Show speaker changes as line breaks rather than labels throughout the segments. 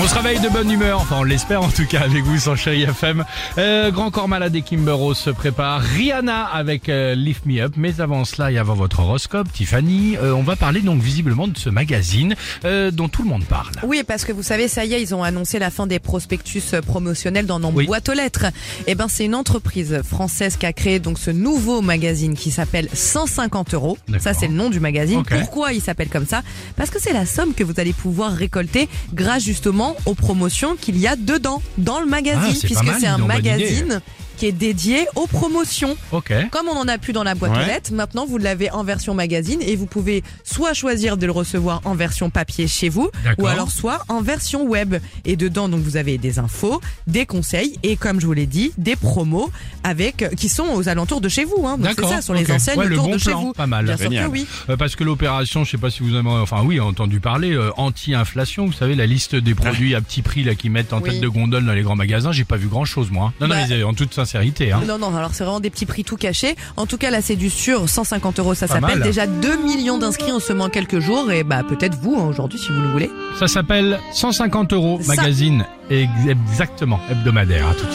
On se réveille de bonne humeur, enfin on l'espère en tout cas avec vous sur Chéri FM. Euh, Grand Corps Malade et Kimber Rose se prépare. Rihanna avec euh, Lift Me Up. Mais avant cela et avant votre horoscope, Tiffany, euh, on va parler donc visiblement de ce magazine euh, dont tout le monde parle.
Oui, parce que vous savez, ça y est, ils ont annoncé la fin des prospectus promotionnels dans nos
Oui.
boîtes aux lettres. Et ben, c'est une entreprise française qui a créé donc ce nouveau magazine qui s'appelle 150 euros.
D'accord.
Ça, c'est le nom du magazine.
Ok.
Pourquoi il s'appelle comme ça Parce que c'est la somme que vous allez pouvoir récolter grâce justement aux promotions qu'il y a dedans, dans le
Ah,
magazine,
c'est pas
puisque
mal,
c'est un
dis donc, bonne idée.
magazine qui est dédié aux promotions.
Ok.
Comme on en a plus dans la boîte
Ouais.
aux lettres, maintenant vous l'avez en version magazine et vous pouvez soit choisir de le recevoir en version papier chez vous,
D'accord.
ou alors soit en version web. Et dedans, donc vous avez des infos, des conseils et comme je vous l'ai dit, des promos avec euh, qui sont aux alentours de chez vous. Hein. Donc c'est
D'accord,
ça, sur
ok.
les enseignes
Ouais, le
autour
bon
de
plan,
chez vous.
pas mal.
Bien sûr
Génial.
que oui.
Euh, parce que l'opération, je sais pas si vous avez, enfin oui, entendu parler, euh, anti-inflation, vous savez, la liste des produits à petit prix là qu'ils mettent en
Oui.
tête de gondole dans les grands magasins, j'ai pas vu grand chose moi. Non, non,
Bah.
mais euh, en toute sincérité. Hein.
Non, non, alors c'est vraiment des petits prix tout cachés. En tout cas, là, c'est du sûr, 150 euros, ça
Pas
s'appelle.
mal.
Déjà 2 millions d'inscrits en seulement quelques jours. Et bah, peut-être vous, hein, aujourd'hui, si vous le voulez.
Ça s'appelle 150 euros
Ça.
magazine Ex- exactement hebdomadaire. À tout de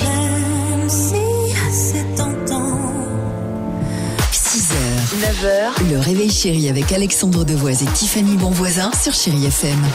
suite.
6h, 9h, le réveil chéri avec Alexandre Devoise et Tiffany Bonvoisin sur Chérie FM.